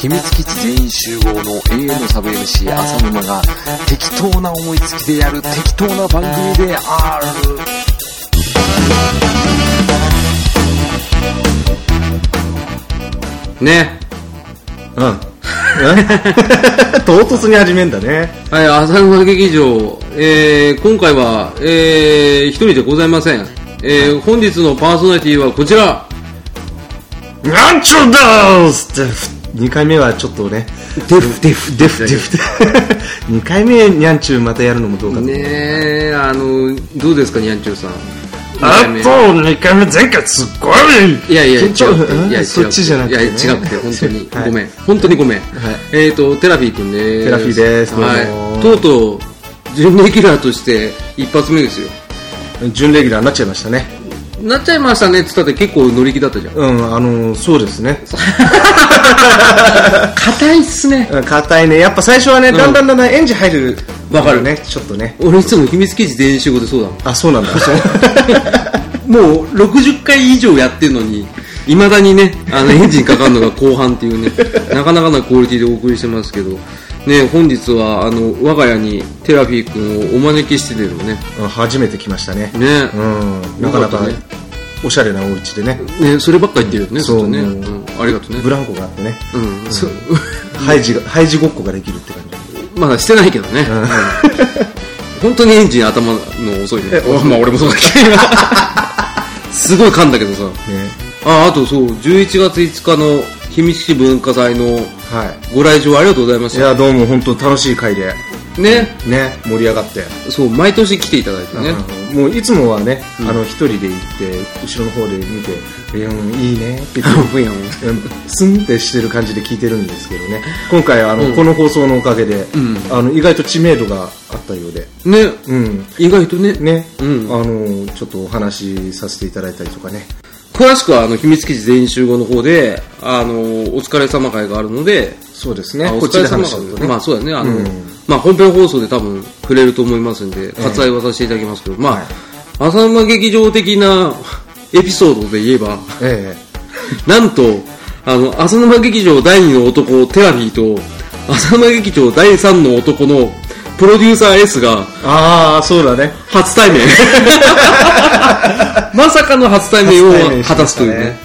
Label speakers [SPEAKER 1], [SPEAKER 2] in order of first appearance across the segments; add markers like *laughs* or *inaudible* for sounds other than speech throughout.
[SPEAKER 1] 秘密基地全員集合の AM サブ MC 浅沼が適当な思いつきでやる適当な番組であるね
[SPEAKER 2] うん。唐突に始めんだね。
[SPEAKER 1] はい浅沼劇場、えー今回は、えー一人でございません、えー本日のパーソナリティはこちら
[SPEAKER 2] なんちゅうんだーすって、2回目はちょっとね、デフデフデフデ *laughs* フ2回目にゃんちゅうまたやるのもどうかと。
[SPEAKER 1] ねえあのどうですかにゃんちゅうさん
[SPEAKER 2] あと2回目前回すっごい
[SPEAKER 1] いやいや、違
[SPEAKER 2] 緊張 *laughs*
[SPEAKER 1] う。いや、
[SPEAKER 2] うんそっちじゃなくてね。
[SPEAKER 1] いや、違くて、本当に。
[SPEAKER 2] *laughs* はい
[SPEAKER 1] ごめん。本当にごめん。えっと、テラフィーくんです。
[SPEAKER 2] テラフィーですどうも
[SPEAKER 1] はい。とうとう、準レギュラーとして一発目ですよ。
[SPEAKER 2] 準レギュラーになっちゃいましたね。
[SPEAKER 1] なっちゃいましたねって言ったって結構乗り気だったじゃん。
[SPEAKER 2] うん、あのー、そうですね。
[SPEAKER 1] 硬いっすね。
[SPEAKER 2] うん硬いね。やっぱ最初はね、だんだんだんだんエンジン入る。
[SPEAKER 1] わかる
[SPEAKER 2] ね、ちょっとね。
[SPEAKER 1] 俺いつも秘密基地全員集合でそうだもん。
[SPEAKER 2] あ、そうなんだ。 *laughs*
[SPEAKER 1] もう60回以上やってるのに、いまだにね、あのエンジンかかるのが後半っていう
[SPEAKER 2] *laughs*
[SPEAKER 1] ね、なかなかなクオリティでお送りしてますけど、ね、本日は、あの、我が家にテラフィー君をお招きしてですね、
[SPEAKER 2] うん初めて来ましたね。
[SPEAKER 1] ね、
[SPEAKER 2] うん、なかな
[SPEAKER 1] よか
[SPEAKER 2] か
[SPEAKER 1] ったね
[SPEAKER 2] おしゃれなお家でね、
[SPEAKER 1] ね、そればっか言ってるよね、
[SPEAKER 2] そう
[SPEAKER 1] ずっとね、
[SPEAKER 2] もう
[SPEAKER 1] うんありがとうね
[SPEAKER 2] ブ。ランコがあってね、
[SPEAKER 1] うん、そう
[SPEAKER 2] ハイジが、ハイジごっこができるって感じ。
[SPEAKER 1] まだしてないけどね。うん本当にエンジン頭の遅いね。おまあ俺もそうだけど。
[SPEAKER 2] *laughs*
[SPEAKER 1] すごい噛んだけどさ。
[SPEAKER 2] ね、
[SPEAKER 1] あ、あとそう、11月5日の秘密市文化祭の
[SPEAKER 2] は
[SPEAKER 1] ご来場ありがとうございま
[SPEAKER 2] い。い
[SPEAKER 1] し
[SPEAKER 2] や、どうも本当楽しい回で、
[SPEAKER 1] た。ね、
[SPEAKER 2] ね、盛り上がって。
[SPEAKER 1] そう、毎年来ていただいてね。
[SPEAKER 2] あのもういつもはね、あの一人で行って後ろの方で見て「うんいいね」って言って
[SPEAKER 1] ふんやん
[SPEAKER 2] うんスンってしてる感じで聞いてるんですけどね今回あの、この放送のおかげで、
[SPEAKER 1] ん
[SPEAKER 2] あの意外と知名度があったようで、
[SPEAKER 1] ね、
[SPEAKER 2] うん
[SPEAKER 1] 意外とね。
[SPEAKER 2] ね
[SPEAKER 1] うん
[SPEAKER 2] あのちょっとお話しさせていただいたりとかね
[SPEAKER 1] 詳しくは、あの、秘密基地全員集合の方で、あの、お疲れ様会があるので、
[SPEAKER 2] そうですね
[SPEAKER 1] あお
[SPEAKER 2] こっ
[SPEAKER 1] 疲
[SPEAKER 2] ち
[SPEAKER 1] れ
[SPEAKER 2] で
[SPEAKER 1] 様
[SPEAKER 2] 話
[SPEAKER 1] で
[SPEAKER 2] し
[SPEAKER 1] す
[SPEAKER 2] たことね、
[SPEAKER 1] まあそうだね、あの、
[SPEAKER 2] うん
[SPEAKER 1] まあ本編放送で多分触れると思いますんで、割愛はさせていただきますけど、まあ、浅沼劇場的なエピソードで言えば、
[SPEAKER 2] え
[SPEAKER 1] なんと、あの、浅沼劇場第2の男、テラフィーと、浅沼劇場第3の男のプロデューサー S が
[SPEAKER 2] えああそうだね
[SPEAKER 1] 初対
[SPEAKER 2] *laughs*
[SPEAKER 1] 面。まさかの初対面
[SPEAKER 2] 初対
[SPEAKER 1] を
[SPEAKER 2] 面しましたね
[SPEAKER 1] 果たすというね。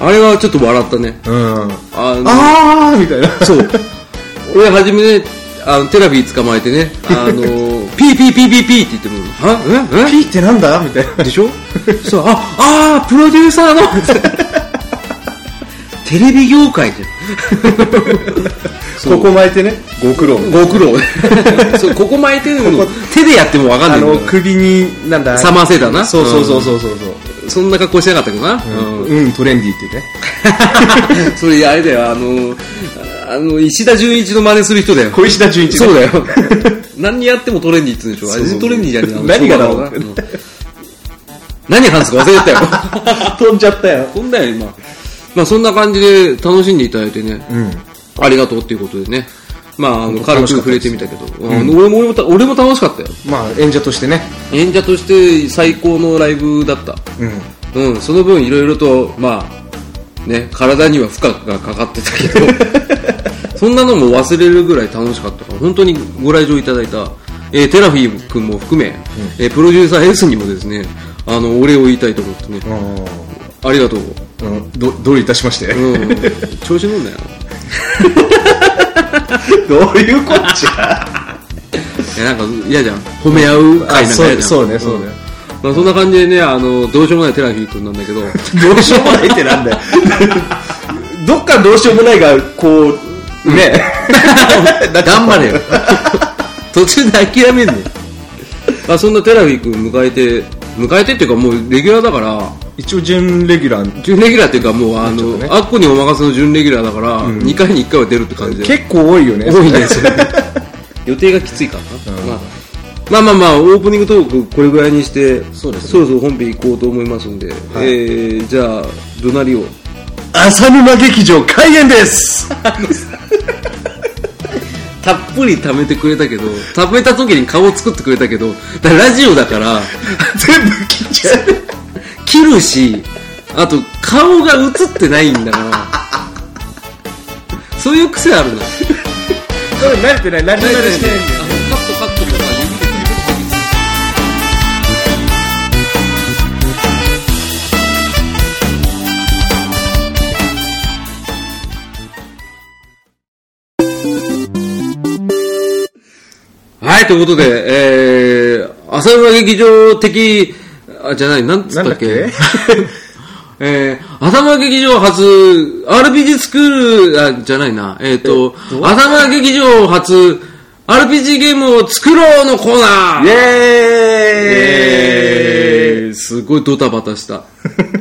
[SPEAKER 1] あれはちょっと笑ったね。
[SPEAKER 2] うん
[SPEAKER 1] あの
[SPEAKER 2] ああみたいな
[SPEAKER 1] そう。俺はじめね、あの、テラビー捕まえてね、あ
[SPEAKER 2] *laughs*
[SPEAKER 1] の、ピーピーピーピーピーって言っても、はえ
[SPEAKER 2] ピーってなんだみたい
[SPEAKER 1] えでしょそう、あ、あー、プロデュー
[SPEAKER 2] *laughs*
[SPEAKER 1] サーのテレビ業界じ
[SPEAKER 2] なここ巻いてねご苦労
[SPEAKER 1] ゃん。ご苦労。 *laughs* そう、ここ巻いてるの、手でやってもわかんな
[SPEAKER 2] あ
[SPEAKER 1] いん
[SPEAKER 2] の
[SPEAKER 1] だか
[SPEAKER 2] 首になんだ
[SPEAKER 1] ら。サマーセーターな。
[SPEAKER 2] そうそうそう
[SPEAKER 1] う。
[SPEAKER 2] そうそうそうん
[SPEAKER 1] そんな格好してなかったけどな。
[SPEAKER 2] うん、うん、トレンディーってね
[SPEAKER 1] うん。それ、あれだよ、あの、あの、石田純一の真似する人だよ。
[SPEAKER 2] 小石田純一
[SPEAKER 1] そうだよ。 *laughs* 何やってもトレンディーって言うんでしょ。あれトレンディーじゃねえな *laughs*
[SPEAKER 2] 何がだろう
[SPEAKER 1] うん何話すか忘れてたよ。 *laughs*
[SPEAKER 2] 飛んじゃったよ
[SPEAKER 1] そんだよ、今。まあ、そんな感じで楽しんでいただいてね、
[SPEAKER 2] うん
[SPEAKER 1] ありがとうっていうことでね。まあ、あの、軽く
[SPEAKER 2] 楽しかっ
[SPEAKER 1] 触
[SPEAKER 2] た
[SPEAKER 1] れ
[SPEAKER 2] です
[SPEAKER 1] てみたけど、うん俺も、俺もた、俺も楽しかったよ。
[SPEAKER 2] まあ演者としてね
[SPEAKER 1] 演者として最高のライブだった。
[SPEAKER 2] うん
[SPEAKER 1] うん、その分いろいろと、まあ、ね、体には負荷がかかって
[SPEAKER 2] *laughs*
[SPEAKER 1] たけど、そんなのも忘れるぐらい楽しかったから、本当にご来場いただいた、えーテラフィー君も含め、えープロデューサー S にもですね、あの、お礼を言いたいと思ってね、ありがとう。
[SPEAKER 2] うんどどういたしまして、 *laughs*
[SPEAKER 1] うん、調子乗んなよ。
[SPEAKER 2] どういうこっちゃ
[SPEAKER 1] いや、なんか嫌じゃん。褒め合う会なんか嫌じゃん。
[SPEAKER 2] あそうそうねそうね
[SPEAKER 1] んまあ、そんな感じでね、あの、どうしようもないテラフィー君なんだけど、
[SPEAKER 2] *laughs* どうしようもないってなんだよ *laughs* どっかどうしようもないがこ
[SPEAKER 1] *laughs*
[SPEAKER 2] うね、
[SPEAKER 1] 頑張れ *laughs* よ途中で諦めんねんまあそんなテラフィー君迎えて迎えてっていうかもうレギュラーだから
[SPEAKER 2] 一応準レギュラー
[SPEAKER 1] 準レギュラーっていうかもうあ
[SPEAKER 2] ちょっ
[SPEAKER 1] の、
[SPEAKER 2] とね
[SPEAKER 1] あっこにお任せの準レギュラーだから、2回に1回は出るって感じで
[SPEAKER 2] 結構多いよね
[SPEAKER 1] 多いねそれ *laughs* 予定がきついからな、まあまあまあまあオープニングトークこれぐらいにして
[SPEAKER 2] そうですね
[SPEAKER 1] そろそろ本編行こうと思いますんで、
[SPEAKER 2] い
[SPEAKER 1] えー、じゃあどなりを
[SPEAKER 2] 浅沼劇場開演 *laughs* です
[SPEAKER 1] たっぷり貯めてくれたけど貯めた時に顔を作ってくれたけどだからラジオだから
[SPEAKER 2] 全部切っちゃう
[SPEAKER 1] 切るしあと顔が映ってないんだからそういう癖あるのよ
[SPEAKER 2] これ慣れてない、慣れてないしてないんだよ。
[SPEAKER 1] あのカットカットとか指で切るはい、ということで、えー、浅沼劇場的、あ、じゃない、なんつったっけ
[SPEAKER 2] なんだっ
[SPEAKER 1] *laughs* えー、浅沼劇場初、RPG スクール、あ、じゃないな、えっ、と、浅沼劇場初、RPG ゲームを作ろうのコーナー
[SPEAKER 2] イエーイ
[SPEAKER 1] えーすごいドタバタした。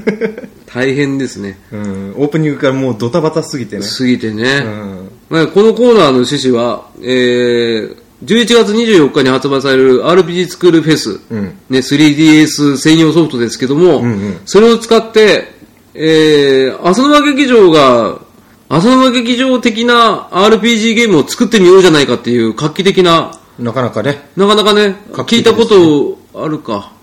[SPEAKER 1] *laughs* 大変ですね。
[SPEAKER 2] うん、オープニングからもうドタバタすぎてね。
[SPEAKER 1] すぎてね。
[SPEAKER 2] うん。
[SPEAKER 1] まあこのコーナーの趣旨は、えー11月24日に発売される RPG スクールフェス、
[SPEAKER 2] うん
[SPEAKER 1] ね、3DS 専用ソフトですけども、
[SPEAKER 2] んうん
[SPEAKER 1] それを使って、えー、浅沼劇場が、浅沼劇場的な RPG ゲームを作ってみようじゃないかっていう画期的な、
[SPEAKER 2] なかなかね、
[SPEAKER 1] なかなかね、
[SPEAKER 2] 画
[SPEAKER 1] 聞
[SPEAKER 2] 期
[SPEAKER 1] い
[SPEAKER 2] 的ですね
[SPEAKER 1] たことあるか。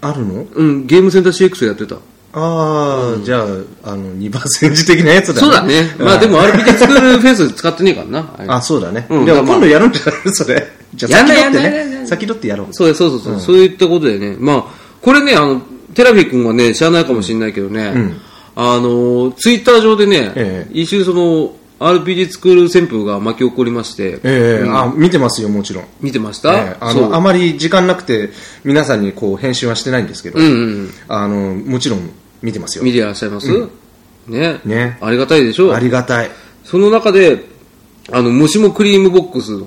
[SPEAKER 2] あるの
[SPEAKER 1] うん、ゲームセンター CX やってた。
[SPEAKER 2] ああ、じゃあ、あの、二番煎じ的なやつだ
[SPEAKER 1] そうだね。まあでも RPG スクールフェス使ってねえからな。あれ
[SPEAKER 2] あ、そうだね。
[SPEAKER 1] うん
[SPEAKER 2] いや
[SPEAKER 1] まあ
[SPEAKER 2] 今度やるんじゃない *laughs* それ。じゃ
[SPEAKER 1] や
[SPEAKER 2] あ、
[SPEAKER 1] んない
[SPEAKER 2] 先取っ
[SPEAKER 1] やんないやん
[SPEAKER 2] て
[SPEAKER 1] ない
[SPEAKER 2] ね。先取ってやろう。
[SPEAKER 1] そうそうそうそう、そういったことでね、まあ、これね、あの、テラフィ君はね、知らないかもしれないけどね、
[SPEAKER 2] ん
[SPEAKER 1] あの、ツイッター上でね、
[SPEAKER 2] ええ
[SPEAKER 1] 一瞬その、RPG スクール旋風が巻き起こりまして、
[SPEAKER 2] ええ
[SPEAKER 1] うん
[SPEAKER 2] あ、見てますよ、もちろん。え
[SPEAKER 1] 見てました、
[SPEAKER 2] えあ
[SPEAKER 1] そう
[SPEAKER 2] の、あまり時間なくて、皆さんにこう、返信はしてないんですけど、
[SPEAKER 1] うんうん
[SPEAKER 2] あの、もちろん見てますよ
[SPEAKER 1] 見。てらっしゃいます、ね
[SPEAKER 2] ね
[SPEAKER 1] ありがたいでしょ
[SPEAKER 2] ありがたい。
[SPEAKER 1] その中で、あの、もしもクリームボックスの、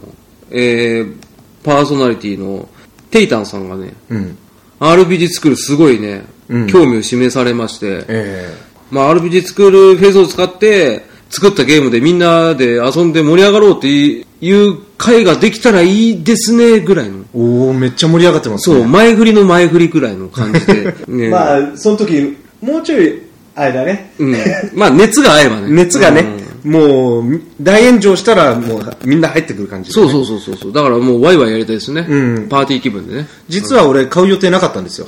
[SPEAKER 1] えーパーソナリティのテイタンさんがね、
[SPEAKER 2] うん。
[SPEAKER 1] RPG スクールすごいね、
[SPEAKER 2] うん
[SPEAKER 1] 興味を示されまして、
[SPEAKER 2] え
[SPEAKER 1] まあ、RPG スクールフェスを使って作ったゲームでみんなで遊んで盛り上がろうっていう会ができたらいいですねぐらいの。
[SPEAKER 2] えおおめっちゃ盛り上がってますね。
[SPEAKER 1] そう、前振りの前振りぐらいの感じ
[SPEAKER 2] *laughs*
[SPEAKER 1] で。ね
[SPEAKER 3] まあその時もうちょいあれだね
[SPEAKER 1] うん、まあ、熱が合えばね。
[SPEAKER 2] *laughs* 熱がね
[SPEAKER 1] うん、
[SPEAKER 2] もう大炎上したらもうみんな入ってくる感じ、
[SPEAKER 1] そうそうそうそうそう。だからもうワイワイやりたいですね。
[SPEAKER 2] うん
[SPEAKER 1] パーティー気分でね。
[SPEAKER 2] 実は俺買う予定なかったんですよ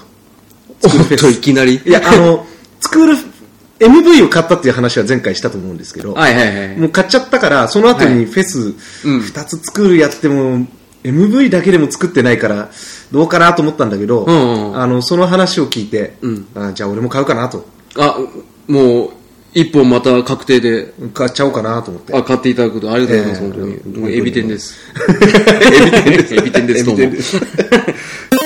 [SPEAKER 1] お
[SPEAKER 2] クールフェ
[SPEAKER 1] っ
[SPEAKER 2] ス
[SPEAKER 1] と、いきなり。
[SPEAKER 2] いやあのスクール MV を買ったっていう話は前回したと思うんですけど、
[SPEAKER 1] *laughs* はいはいはい。
[SPEAKER 2] もう買っちゃったからその後
[SPEAKER 1] は
[SPEAKER 2] に
[SPEAKER 1] い
[SPEAKER 2] フェス
[SPEAKER 1] うん
[SPEAKER 2] 2つ作るやっても MV だけでも作ってないからどうかなと思ったんだけど、
[SPEAKER 1] うんうん
[SPEAKER 2] あのその話を聞いて、
[SPEAKER 1] うん
[SPEAKER 2] あじゃあ俺も買うかなと
[SPEAKER 1] あ、もう、一本また確定で、
[SPEAKER 2] 買っちゃおうかなと思って
[SPEAKER 1] あ、買っていただくことありがとうございます、
[SPEAKER 2] ええ
[SPEAKER 1] 本当
[SPEAKER 2] 本
[SPEAKER 1] に。
[SPEAKER 2] 当に
[SPEAKER 1] もうエビ天
[SPEAKER 2] *laughs*
[SPEAKER 1] です。エビ天です。エビ天です、どうも
[SPEAKER 2] エビ天で。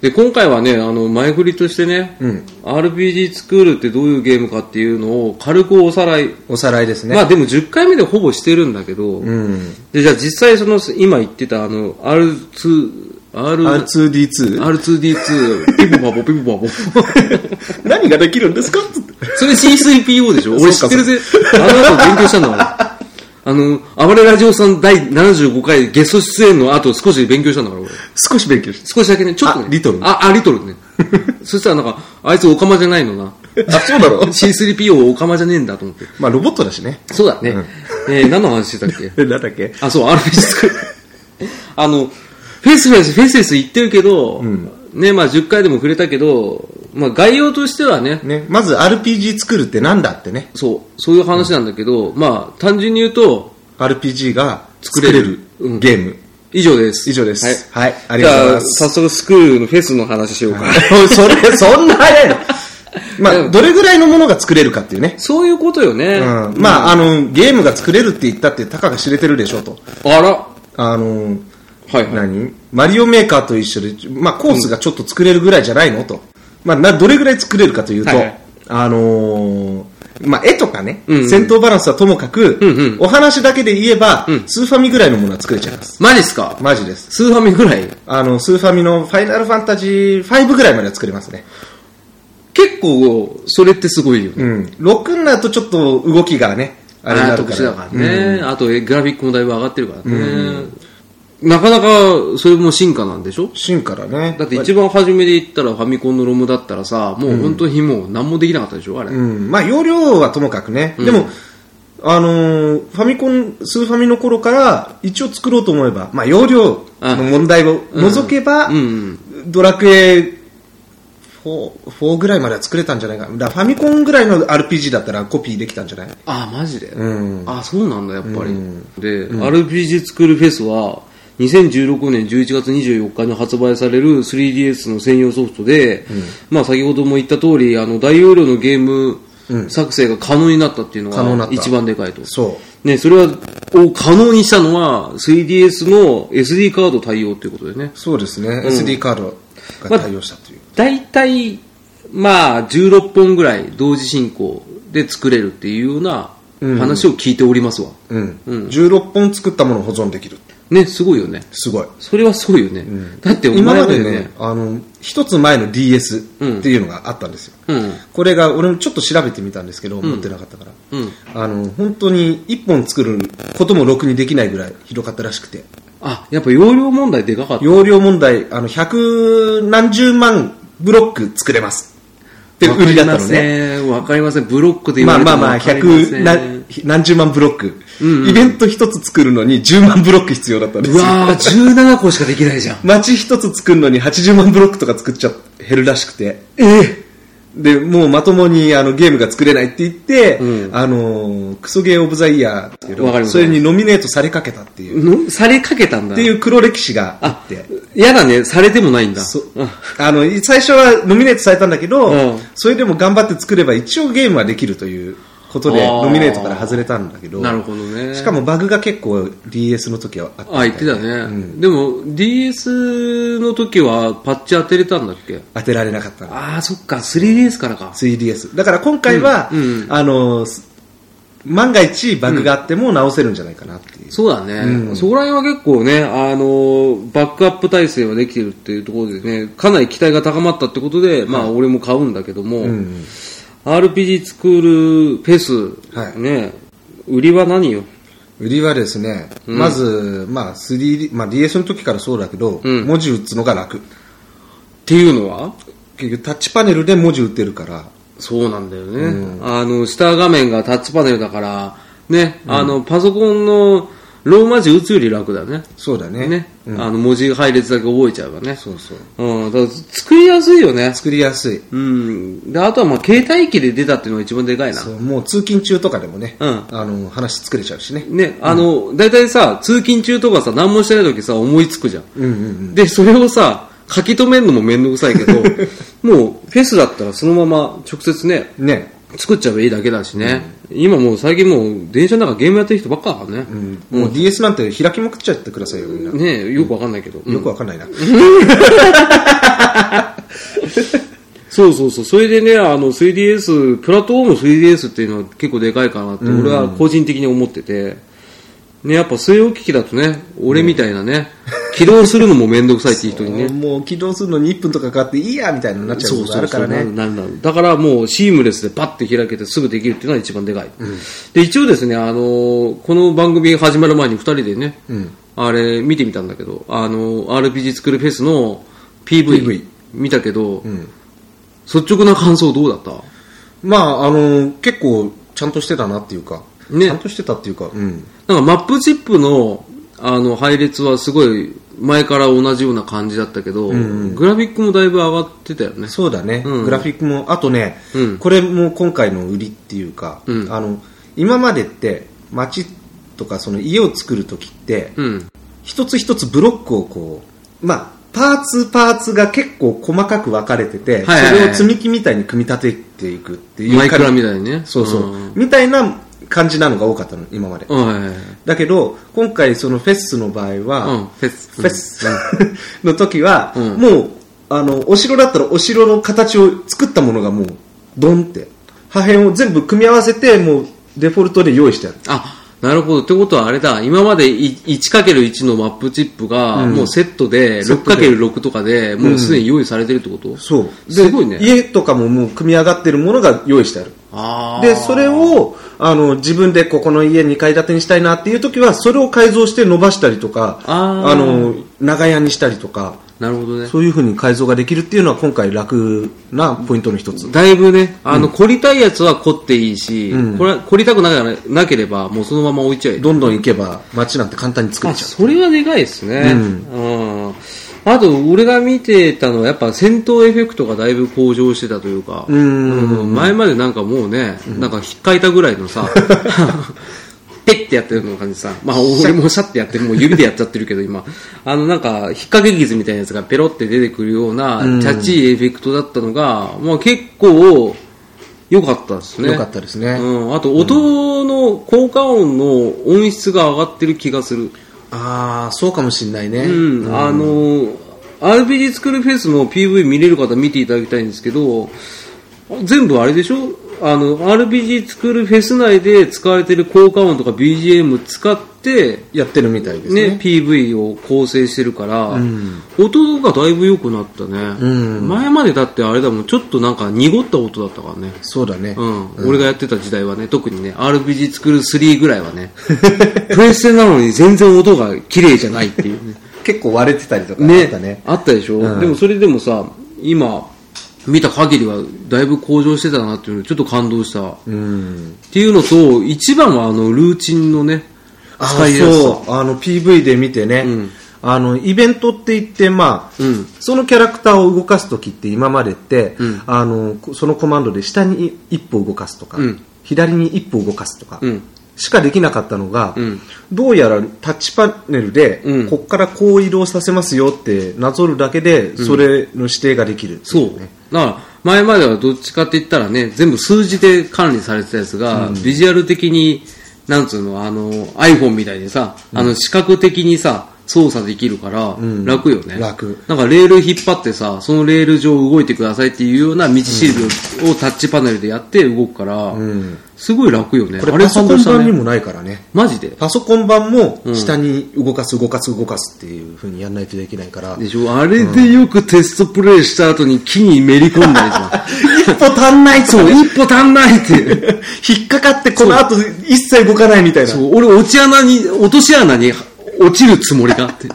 [SPEAKER 1] で、今回はね、あの、前振りとしてね、
[SPEAKER 2] うん
[SPEAKER 1] RPG スクールってどういうゲームかっていうのを軽くおさらい。
[SPEAKER 2] おさらいですね、
[SPEAKER 1] まあでも10回目でほぼしてるんだけど、
[SPEAKER 2] うん、
[SPEAKER 1] で、じゃあ実際その、今言ってたあの、R2、R、
[SPEAKER 2] R2D2
[SPEAKER 1] R2D2、ピポパポピポパポ。
[SPEAKER 2] *laughs* 何ができるんですかつって
[SPEAKER 1] それ C3PO でしょ俺知
[SPEAKER 2] そ
[SPEAKER 1] っ
[SPEAKER 2] うか
[SPEAKER 1] てるぜ。あの後勉強したんだから。あの、暴れラジオさん第75回ゲスト出演の後少し勉強したんだから、俺。
[SPEAKER 2] 少し勉強して
[SPEAKER 1] 少しだけね、ちょっとね。
[SPEAKER 2] あリトル
[SPEAKER 1] あ、あリトルね。 *laughs* そしたらなんか、あいつオカマじゃないのな。
[SPEAKER 2] あ、そうだろ *laughs*
[SPEAKER 1] C3PO オカマじゃねえんだと思って。
[SPEAKER 2] まあ、ロボットだしね。
[SPEAKER 1] そうだね。えー、何の話してたっけ
[SPEAKER 2] なんだっけ
[SPEAKER 1] あ、そう、RPG 作る。 *laughs* あの、フェスフェス、フェスフェス言ってるけど、
[SPEAKER 2] ん
[SPEAKER 1] ね、まあ10回でも触れたけど、まあ概要としてはね、
[SPEAKER 2] ね、まず RPG 作るってなんだってね。
[SPEAKER 1] そう、そういう話なんだけど、まあ、単純に言うと、
[SPEAKER 2] RPG が
[SPEAKER 1] 作れ
[SPEAKER 2] 作れ
[SPEAKER 1] る
[SPEAKER 2] るゲーム。
[SPEAKER 1] 以上です。
[SPEAKER 2] 以上です
[SPEAKER 1] はい。
[SPEAKER 2] はいありがとうございます
[SPEAKER 1] じゃあ、早速スクールのフェスの話しようか。
[SPEAKER 2] *laughs* それ、そんな早いのま
[SPEAKER 1] う
[SPEAKER 2] あ、
[SPEAKER 1] ん
[SPEAKER 2] どれぐらいのものが作れるかっていうね。
[SPEAKER 1] *laughs* そういうことよね。
[SPEAKER 2] うん、まあ、あの、ゲームが作れるって言ったって、たかが知れてるでしょうと。
[SPEAKER 1] あら。は
[SPEAKER 2] あの、
[SPEAKER 1] いはい。
[SPEAKER 2] 何マリオメーカーと一緒で、まあ、コースがちょっと作れるぐらいじゃないのと。まあ、などれぐらい作れるかというと、
[SPEAKER 1] はいはい
[SPEAKER 2] あのーまあ、絵とかね、
[SPEAKER 1] うんうん
[SPEAKER 2] 戦闘バランスはともかく、
[SPEAKER 1] うんうん
[SPEAKER 2] お話だけで言えば、
[SPEAKER 1] ん
[SPEAKER 2] スーファミぐらいのものは作れちゃいます。
[SPEAKER 1] マジっすか
[SPEAKER 2] マジです。
[SPEAKER 1] スーファミぐらい
[SPEAKER 2] あの、スーファミのファイナルファンタジー5ぐらいまでは作れますね。
[SPEAKER 1] 結構、それってすごいよね。
[SPEAKER 2] うん。6になるとちょっと動きがね、あれになる
[SPEAKER 1] 特
[SPEAKER 2] から。
[SPEAKER 1] 殊だからね。あと、えグラフィックもだいぶ上がってるからね。なかなか、それも進化なんでしょ
[SPEAKER 2] 芯からね。
[SPEAKER 1] だって一番初めで言ったらファミコンのロムだったらさ、もう本当にもう何もできなかったでしょあれ。
[SPEAKER 2] うん、まあ容量はともかくね、でも、あのーファミコン、スーファミの頃から一応作ろうと思えば、まあ容量の問題を除けば、
[SPEAKER 1] うんうん
[SPEAKER 2] ドラクエ4、4ぐらいまでは作れたんじゃないか。だファミコンぐらいの RPG だったらコピーできたんじゃない
[SPEAKER 1] あマジで、
[SPEAKER 2] うん
[SPEAKER 1] あそうなんだやっぱり、で、RPG 作るフェスは2016年11月24日に発売される 3DS の専用ソフトで、まあ先ほども言った通りあの大容量のゲーム作成が可能になったっていうの
[SPEAKER 2] 可能にな
[SPEAKER 1] が
[SPEAKER 2] った
[SPEAKER 1] 一番でかいと
[SPEAKER 2] そ
[SPEAKER 1] ね、それはを可能にしたのは 3DS の SD カード対応ということでね
[SPEAKER 2] う。そうですね。SD カードが対応したという。
[SPEAKER 1] 大体まあ16本ぐらい同時進行で作れるっていうような話を聞いておりますわ、
[SPEAKER 2] うん。16本作ったものを保存できる。
[SPEAKER 1] ねすごいよね
[SPEAKER 2] すごい。
[SPEAKER 1] それはすごいよね、だってお前
[SPEAKER 2] 今ま
[SPEAKER 1] は
[SPEAKER 2] でね、あの、一つ前の DS っていうのがあったんですよ。
[SPEAKER 1] うん
[SPEAKER 2] これが、俺もちょっと調べてみたんですけど、持ってなかったから。
[SPEAKER 1] うん
[SPEAKER 2] あの、本当に一本作ることもろくにできないぐらい広かったらしくて。
[SPEAKER 1] あやっぱ容量問題でかかった
[SPEAKER 2] 容量問題、あの、百何十万ブロック作れます。って売りだったのね。
[SPEAKER 1] わかりませんわかりませんブロックで言
[SPEAKER 2] ま
[SPEAKER 1] わ
[SPEAKER 2] あ
[SPEAKER 1] れて
[SPEAKER 2] まあ
[SPEAKER 1] も
[SPEAKER 2] まあ、
[SPEAKER 1] わかり
[SPEAKER 2] 百
[SPEAKER 1] ません
[SPEAKER 2] 何何十万ブロック、
[SPEAKER 1] んうん
[SPEAKER 2] イベント一つ作るのに10万ブロック必要だったんです
[SPEAKER 1] う
[SPEAKER 2] よ。
[SPEAKER 1] わー17個しかできないじゃん
[SPEAKER 2] 街一つ作るのに80万ブロックとか作っちゃ減るらしくて。
[SPEAKER 1] ええ
[SPEAKER 2] で、もうまともにあのゲームが作れないって言って、
[SPEAKER 1] うん
[SPEAKER 2] あのー、クソゲーオブザイヤーっていう
[SPEAKER 1] わかり
[SPEAKER 2] の
[SPEAKER 1] ます
[SPEAKER 2] それにノミネートされかけたっていう、っ
[SPEAKER 1] のされかけたんだ
[SPEAKER 2] ていう黒歴史があ
[SPEAKER 1] あ
[SPEAKER 2] って。
[SPEAKER 1] やだねされてもないんだ
[SPEAKER 2] そう
[SPEAKER 1] あ
[SPEAKER 2] あの、最初はノミネートされたんだけど、
[SPEAKER 1] うん
[SPEAKER 2] それでも頑張って作れば一応ゲームはできるということで、
[SPEAKER 1] あー
[SPEAKER 2] ノミネートから外れたんだけど、
[SPEAKER 1] なるほどね
[SPEAKER 2] しかもバグが結構 DS の時はあったみ
[SPEAKER 1] あ
[SPEAKER 2] い
[SPEAKER 1] 言ってたね、
[SPEAKER 2] うん
[SPEAKER 1] でも DS の時はパッチ当てれたんだっけ
[SPEAKER 2] 当てられなかったの。
[SPEAKER 1] ああそっか 3DS からか
[SPEAKER 2] 3DS。だから今回は、
[SPEAKER 1] うんうん
[SPEAKER 2] あの、す万が一バグがあっても直せるんじゃないかなっていう。
[SPEAKER 1] そうだね、
[SPEAKER 2] うん
[SPEAKER 1] そこら辺は結構ね、あのーバックアップ体制はできてるっていうところでね、かなり期待が高まったってことで、まあ俺も買うんだけども、
[SPEAKER 2] うん
[SPEAKER 1] RPG スクールフェス、
[SPEAKER 2] はい
[SPEAKER 1] ね、売りは何よ
[SPEAKER 2] 売りはですね、まず、まあ、3D、まあ、DS の時からそうだけど、
[SPEAKER 1] うん
[SPEAKER 2] 文字打つのが楽。
[SPEAKER 1] っていうのは
[SPEAKER 2] 結局、タッチパネルで文字打てるから、
[SPEAKER 1] そうなんだよね、あの下画面がタッチパネルだから、ね、あのパソコンのローマ字打つより楽だね。
[SPEAKER 2] そうだね。
[SPEAKER 1] ね、
[SPEAKER 2] うん
[SPEAKER 1] あの文字配列だけ覚えちゃえばね。
[SPEAKER 2] そうそう。
[SPEAKER 1] うん、だから作りやすいよね。
[SPEAKER 2] 作りやすい。
[SPEAKER 1] うん。で、あとはまあ、携帯機で出たっていうのが一番でかいな
[SPEAKER 2] そ。う、もう通勤中とかでもね、
[SPEAKER 1] うん
[SPEAKER 2] あの、話作れちゃうしね。
[SPEAKER 1] ね、あの、大体さ、通勤中とかさ、何もしてない時さ、思いつくじゃん。
[SPEAKER 2] うんうん。
[SPEAKER 1] で、それをさ、書き留めるのもめんどくさいけ
[SPEAKER 2] *laughs*
[SPEAKER 1] ど、もう、フェスだったらそのまま直接ね、
[SPEAKER 2] ね、
[SPEAKER 1] 作っちゃえばいいだけだしね。今もう最近もう、電車の中ゲームやってる人ばっかだからね。
[SPEAKER 2] もう DS なんて開きまくっちゃってくださいよ、みんな。
[SPEAKER 1] ねよくわかんないけど。
[SPEAKER 2] よくわかんないな。
[SPEAKER 1] そうそうそう。それでね、あの 3DS、プラットフォーム 3DS っていうのは結構でかいかなって、俺は個人的に思ってて、ね、やっぱ据え置き機だとね、俺みたいなね、起動するのもめんどくさいっていう人に
[SPEAKER 2] *laughs*
[SPEAKER 1] ね。
[SPEAKER 2] もう起動するのに1分とかかかっていいや、みたいなのになっちゃうことあるから
[SPEAKER 1] な
[SPEAKER 2] ね
[SPEAKER 1] る。なるなるだからもうシームレスでパッて開けてすぐできるっていうのは一番でかい。で、一応ですね、あのーこの番組始まる前に二人でね、あれ見てみたんだけど、あのー RPG 作るフェスの PV
[SPEAKER 2] PV
[SPEAKER 1] 見たけど、率直な感想どうだった
[SPEAKER 2] まあ、あの、結構、ちゃんとしてたなっていうか、
[SPEAKER 1] ね
[SPEAKER 2] ちゃんとしてたっていうか、うん。
[SPEAKER 1] なんかマップチップのあの配列はすごい前から同じような感じだったけど、グラフィックもだいぶ上がってたよね。
[SPEAKER 2] そうだね、
[SPEAKER 1] うん
[SPEAKER 2] グラフィックも、あとね、
[SPEAKER 1] うん
[SPEAKER 2] これも今回の売りっていうか、
[SPEAKER 1] うん
[SPEAKER 2] あの今までって、街とかその家を作るときって、
[SPEAKER 1] うん。
[SPEAKER 2] 一つ一つブロックをこう、まあ、パーツパーツが結構細かく分かれてて、
[SPEAKER 1] はいはいはい
[SPEAKER 2] それを積み木みたいに組み立てていくっていう
[SPEAKER 1] マイクラ
[SPEAKER 2] 感じ
[SPEAKER 1] みたいにね。
[SPEAKER 2] そうそう、
[SPEAKER 1] ん
[SPEAKER 2] みたいな感じなのが多かったの、今まで。
[SPEAKER 1] うんはいはいはい
[SPEAKER 2] だけど、今回そのフェスの場合は、
[SPEAKER 1] うんフェス
[SPEAKER 2] フェスの時は、
[SPEAKER 1] うん
[SPEAKER 2] もう、あの、お城だったらお城の形を作ったものがもう、ドンって、破片を全部組み合わせて、もう、デフォルトで用意してある。
[SPEAKER 1] あ、なるほど。ってことはあれだ、今までい 1×1 のマップチップが、もうセットで 6×6 とかで、もうすでに用意されてるってこと、
[SPEAKER 2] そう。です
[SPEAKER 1] ごいね
[SPEAKER 2] 家とかももう組み上がってるものが用意してある。
[SPEAKER 1] あー
[SPEAKER 2] で、それを、あの、自分でここの家2階建てにしたいなっていう時は、それを改造して伸ばしたりとか、
[SPEAKER 1] あー
[SPEAKER 2] あの、長屋にしたりとか、
[SPEAKER 1] なるほどね。
[SPEAKER 2] そういうふうに改造ができるっていうのは今回楽なポイントの一つ。
[SPEAKER 1] だいぶね、あの、凝りたいやつは凝っていいし、これは凝りたくなければなければ、もうそのまま置いちゃえ。
[SPEAKER 2] どんどん行けば街なんて簡単に作れ
[SPEAKER 1] あ
[SPEAKER 2] ちゃう。
[SPEAKER 1] それはでかいですね。うん。あと、俺が見てたのは、やっぱ戦闘エフェクトがだいぶ向上してたというか、
[SPEAKER 2] ん
[SPEAKER 1] うん前までなんかもうね、なんか引っかいたぐらいの
[SPEAKER 2] *laughs*
[SPEAKER 1] さ、ペッてやってるの感じさ、まあ俺もシャッてやって、もう指でやっちゃってるけど今、あのなんか引っ掛け傷みたいなやつがペロって出てくるような、
[SPEAKER 2] うん
[SPEAKER 1] チャチいエフェクトだったのが、まあ結構良かったですね。
[SPEAKER 2] 良かったですね
[SPEAKER 1] うん、あと音の効果音の音質が上がってる気がする。
[SPEAKER 2] ああ、そうかもしんないね。
[SPEAKER 1] うん、あのー RPG 作るフェスの PV 見れる方見ていただきたいんですけど全部あれでしょあの RPG 作るフェス内で使われてる効果音とか BGM 使って
[SPEAKER 2] やってるみたいです
[SPEAKER 1] ね
[SPEAKER 2] ね。
[SPEAKER 1] PV を構成してるから、
[SPEAKER 2] ん
[SPEAKER 1] 音がだいぶ良くなったね、
[SPEAKER 2] うん
[SPEAKER 1] 前までだってあれだもんちょっとなんか濁った音だったからね
[SPEAKER 2] そうだね。
[SPEAKER 1] うん、俺がやってた時代はね、特にね、RPG 作る3ぐらいはね、 *laughs* プレステなのに全然音が綺麗じゃないっていうね。
[SPEAKER 2] 結構割れてたりとかあ
[SPEAKER 1] ね
[SPEAKER 2] ったね。
[SPEAKER 1] あったでしょ、でもそれでもさ今見た限りはだいぶ向上してたなっていうのでちょっと感動した、っ
[SPEAKER 2] うん。
[SPEAKER 1] ていうのと一番はあのルーチンのね
[SPEAKER 2] あ
[SPEAKER 1] 使いやすさ
[SPEAKER 2] そう。あの、PV で見てね。
[SPEAKER 1] ん
[SPEAKER 2] あの、イベントって言って、まあ、
[SPEAKER 1] うん
[SPEAKER 2] そのキャラクターを動かすときって今までって、
[SPEAKER 1] ん
[SPEAKER 2] あの、そのコマンドで下に一歩動かすとか、
[SPEAKER 1] うん
[SPEAKER 2] 左に一歩動かすとか、
[SPEAKER 1] うん
[SPEAKER 2] しかできなかったのが、
[SPEAKER 1] うん
[SPEAKER 2] どうやらタッチパネルで、
[SPEAKER 1] うん
[SPEAKER 2] こっからこう移動させますよってなぞるだけで、それの指定ができるって
[SPEAKER 1] そ
[SPEAKER 2] いうね、
[SPEAKER 1] だから前まではどっちかって言ったらね全部数字で管理されてたやつが、ビジュアル的になんつうのあの iPhone みたいにさ、あの視覚的にさ操作できるから
[SPEAKER 2] ん
[SPEAKER 1] 楽よね、
[SPEAKER 2] 楽
[SPEAKER 1] なんかレール引っ張ってさそのレール上動いてくださいっていうような道シールをタッチパネルでやって動くから、
[SPEAKER 2] ん
[SPEAKER 1] すごい楽よね
[SPEAKER 2] これ
[SPEAKER 1] あれ
[SPEAKER 2] パソコン
[SPEAKER 1] 感動し
[SPEAKER 2] 版
[SPEAKER 1] た
[SPEAKER 2] に
[SPEAKER 1] ね
[SPEAKER 2] もないからね。
[SPEAKER 1] マジで
[SPEAKER 2] パソコン版も下に動かす動かす動かすっていう風にやらないとできないから、
[SPEAKER 1] でしょあれでよくテストプレイした後に木にめり込んだりさ
[SPEAKER 2] 一歩足んない *laughs*
[SPEAKER 1] そう
[SPEAKER 2] う
[SPEAKER 1] 一歩足んないっていう
[SPEAKER 2] 引っかかってこの後一切動かないみたいな
[SPEAKER 1] そう、俺落ち穴に、落とし穴に落ちるつもりがあ
[SPEAKER 2] *laughs*
[SPEAKER 1] って。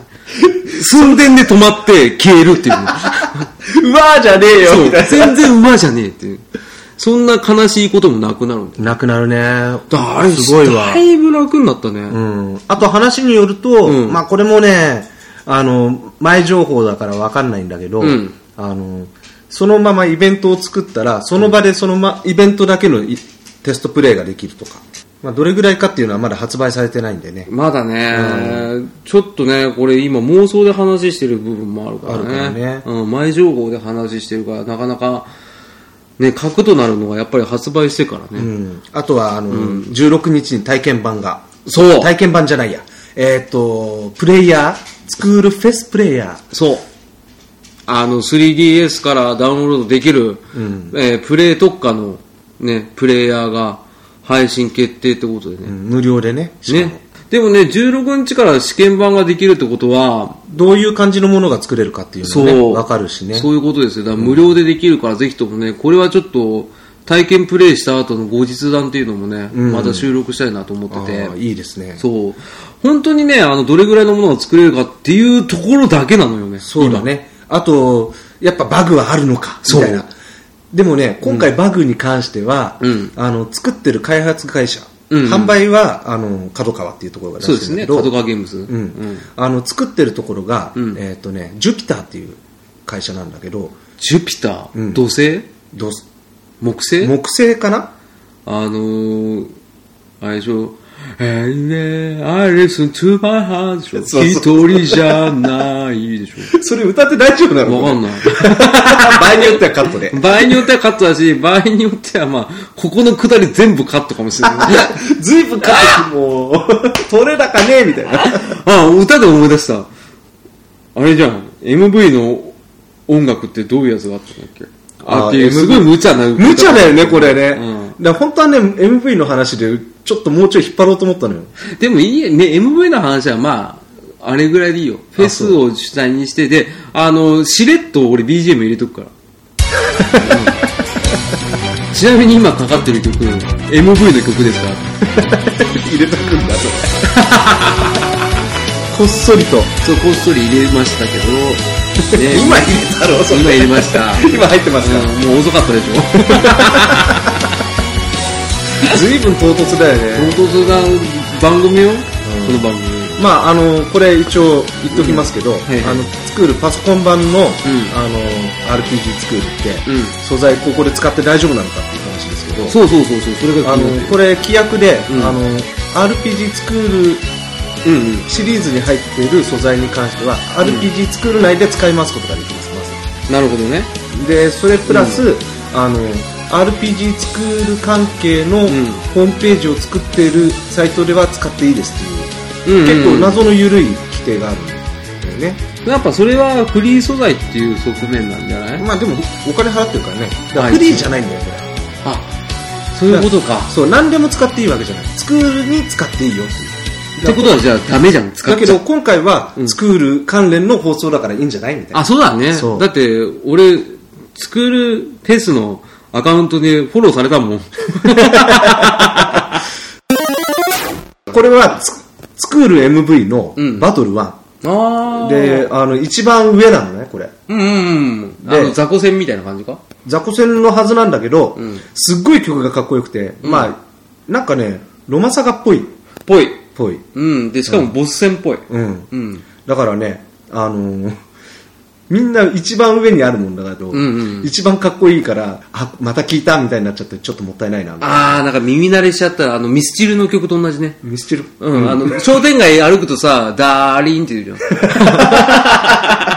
[SPEAKER 1] 寸前で止まって消えるっていう。
[SPEAKER 2] うわーじゃねえ
[SPEAKER 1] そ
[SPEAKER 2] よ
[SPEAKER 1] う
[SPEAKER 2] みたい
[SPEAKER 1] 全然馬じゃねえっていう。そんな悲しいこともなくなるんだよ。
[SPEAKER 2] ななくなるね
[SPEAKER 1] だあれ
[SPEAKER 2] すごいわ
[SPEAKER 1] だいぶ楽になったね。
[SPEAKER 2] うんあと話によると、
[SPEAKER 1] うん
[SPEAKER 2] まあこれもねあの前情報だからわかんないんだけど、
[SPEAKER 1] うん
[SPEAKER 2] あのそのままイベントを作ったらその場でその、ま、イベントだけのいテストプレイができるとか、まあ、どれぐらいかっていうのはまだ発売されてないんでね
[SPEAKER 1] まだね、ちょっとね、これ今妄想で話してる部分もあるからね。
[SPEAKER 2] あるからね
[SPEAKER 1] うん、前情報で話してるから、なかなか、ね、核となるのがやっぱり発売してからね。
[SPEAKER 2] うんあとはあの、16日に体験版が
[SPEAKER 1] そう
[SPEAKER 2] 体験版じゃないやえっ、とプレイヤースクールフェスプレイヤー
[SPEAKER 1] そう。あの、3DS からダウンロードできる、えープレイ特化の、ね、プレイヤーが配信決定ってことで
[SPEAKER 2] う
[SPEAKER 1] ね。
[SPEAKER 2] ん無料でねしかも
[SPEAKER 1] ね。でもね、16日から試験版ができるってことは、
[SPEAKER 2] どういう感じのものが作れるかっていうの
[SPEAKER 1] そ
[SPEAKER 2] もね
[SPEAKER 1] う。
[SPEAKER 2] わかるしね
[SPEAKER 1] そういうことですよ。だから無料でできるから、ぜひともね、これはちょっと、体験プレイした後の後日談っていうのもね、また収録したいなと思ってて。
[SPEAKER 2] ああいいですね
[SPEAKER 1] そう。本当にね、あの、どれぐらいのものを作れるかっていうところだけなのよね。
[SPEAKER 2] そうだね。あと、やっぱバグはあるのか、みたいな
[SPEAKER 1] そう。
[SPEAKER 2] でもね、今回バグに関しては、
[SPEAKER 1] うん
[SPEAKER 2] あの、作ってる開発会社、
[SPEAKER 1] うんうん
[SPEAKER 2] 販売は、あの、角川っていうところが出
[SPEAKER 1] そうで
[SPEAKER 2] して
[SPEAKER 1] す
[SPEAKER 2] るんだ
[SPEAKER 1] ね、
[SPEAKER 2] けど、
[SPEAKER 1] 角川ゲームズ。
[SPEAKER 2] うんあの、作ってるところが、
[SPEAKER 1] うん
[SPEAKER 2] えっ、とね、ジュピターっていう会社なんだけど、
[SPEAKER 1] ジュピター、
[SPEAKER 2] うん
[SPEAKER 1] 土星
[SPEAKER 2] どうす
[SPEAKER 1] 木星
[SPEAKER 2] 木星
[SPEAKER 1] *laughs*
[SPEAKER 2] かな
[SPEAKER 1] あのー、あれでしょ And then I listen to my heart でしょ
[SPEAKER 2] そう
[SPEAKER 1] 一人じゃないでし
[SPEAKER 2] それ歌って大丈夫な
[SPEAKER 1] ょわかん
[SPEAKER 2] ない。
[SPEAKER 1] ない。
[SPEAKER 2] 場合によってはカッ
[SPEAKER 1] *laughs*
[SPEAKER 2] トで。
[SPEAKER 1] 場合によってはカットだし、場合によってはまあ、ここのくだり全部カットかもしれない。
[SPEAKER 2] *laughs* ずいぶんカット、もう、 *laughs* 取れ高ねえ、みたいな。
[SPEAKER 1] あ、歌で思い出した。あれじゃん、MV の音楽ってどういうやつがあったんだっけあ
[SPEAKER 2] あ
[SPEAKER 1] っていう、
[SPEAKER 2] MV
[SPEAKER 1] すごい無茶な歌。
[SPEAKER 2] 無茶だよね、これね。
[SPEAKER 1] う
[SPEAKER 2] だから本当はね、MV の話で、ちょっともうちょい引っ張ろうと思ったのよ。
[SPEAKER 1] でもいいね、MV の話はまあ、あれぐらいでいいよ。フェスを主体にして、で、あの、しれっと俺 BGM 入れとくか
[SPEAKER 2] *laughs*
[SPEAKER 1] ら。うんちなみに今かかってる曲、MV の曲ですから。
[SPEAKER 2] 入れとくんだ、それ。こっそりと。
[SPEAKER 1] そう、こっそり入れましたけど、ね
[SPEAKER 2] *laughs* 今入れたろ、それ
[SPEAKER 1] 今入れました。
[SPEAKER 2] 今入ってますか
[SPEAKER 1] うんもう遅かったでしょ
[SPEAKER 2] ら。ずいぶん唐突だよね。
[SPEAKER 1] 唐突な番組よ、この番組。
[SPEAKER 2] まああのこれ一応言っときますけど、
[SPEAKER 1] はいはい
[SPEAKER 2] あのスクールパソコン版の,、あの RPG スクールっ
[SPEAKER 1] う
[SPEAKER 2] て、
[SPEAKER 1] ん
[SPEAKER 2] 素材ここで使って大丈夫なのかっていう話ですけど
[SPEAKER 1] そうそうそうそうそれが
[SPEAKER 2] あ
[SPEAKER 1] 気になって
[SPEAKER 2] の
[SPEAKER 1] る
[SPEAKER 2] これ規約で、
[SPEAKER 1] うん
[SPEAKER 2] あの RPG スクール
[SPEAKER 1] うんうん
[SPEAKER 2] シリーズに入っている素材に関しては、RPG スクール内で使い回すことができますまず
[SPEAKER 1] なるほどね
[SPEAKER 2] でそれプラス、あの RPG スクール関係の
[SPEAKER 1] ん
[SPEAKER 2] ホームページを作っているサイトでは使っていいですって
[SPEAKER 1] うんう
[SPEAKER 2] いう、
[SPEAKER 1] んうん
[SPEAKER 2] 結構謎の緩い規定があるんだよね、
[SPEAKER 1] やっぱそれはフリー素材っていう側面なんじゃない
[SPEAKER 2] まあでもお金払ってるからねだから
[SPEAKER 1] はい
[SPEAKER 2] フリーじゃないんだよこれ
[SPEAKER 1] あそういうことか
[SPEAKER 2] そう何でも使っていいわけじゃないスクールに使っていいよっていう
[SPEAKER 1] ってことはじゃあダメじゃん使
[SPEAKER 2] だ
[SPEAKER 1] っ
[SPEAKER 2] け
[SPEAKER 1] ちゃ
[SPEAKER 2] ど
[SPEAKER 1] う
[SPEAKER 2] 今回は
[SPEAKER 1] うん
[SPEAKER 2] スクール関連の放送だからいいんじゃないみたいな、
[SPEAKER 1] あそうだね
[SPEAKER 2] そう
[SPEAKER 1] だって俺スクールフェスのアカウントでフォローされたもん
[SPEAKER 2] これはつスクール MV の
[SPEAKER 1] うん
[SPEAKER 2] バトル1、
[SPEAKER 1] あ
[SPEAKER 2] であの一番上なのねこれ
[SPEAKER 1] うんうんうんあ
[SPEAKER 2] で
[SPEAKER 1] の雑魚戦みたいな感じか
[SPEAKER 2] 雑魚戦のはずなんだけど、
[SPEAKER 1] ん
[SPEAKER 2] すっごい曲がかっこよくて、まあなんかねロマサガっぽい
[SPEAKER 1] ぽい
[SPEAKER 2] ぽい、
[SPEAKER 1] うんでしかもボス戦っぽい
[SPEAKER 2] うん、
[SPEAKER 1] うん
[SPEAKER 2] だからねあのーみんな一番上にあるもんだけど、
[SPEAKER 1] んうん
[SPEAKER 2] 一番かっこいいからあまた聞いたみたいになっちゃってちょっともったいないなみたいな
[SPEAKER 1] ああなんか耳慣れしちゃったらあのミスチルの曲と同じね
[SPEAKER 2] ミスチル
[SPEAKER 1] うん、あの、商店街歩くとさ、ダーリンって言うじゃ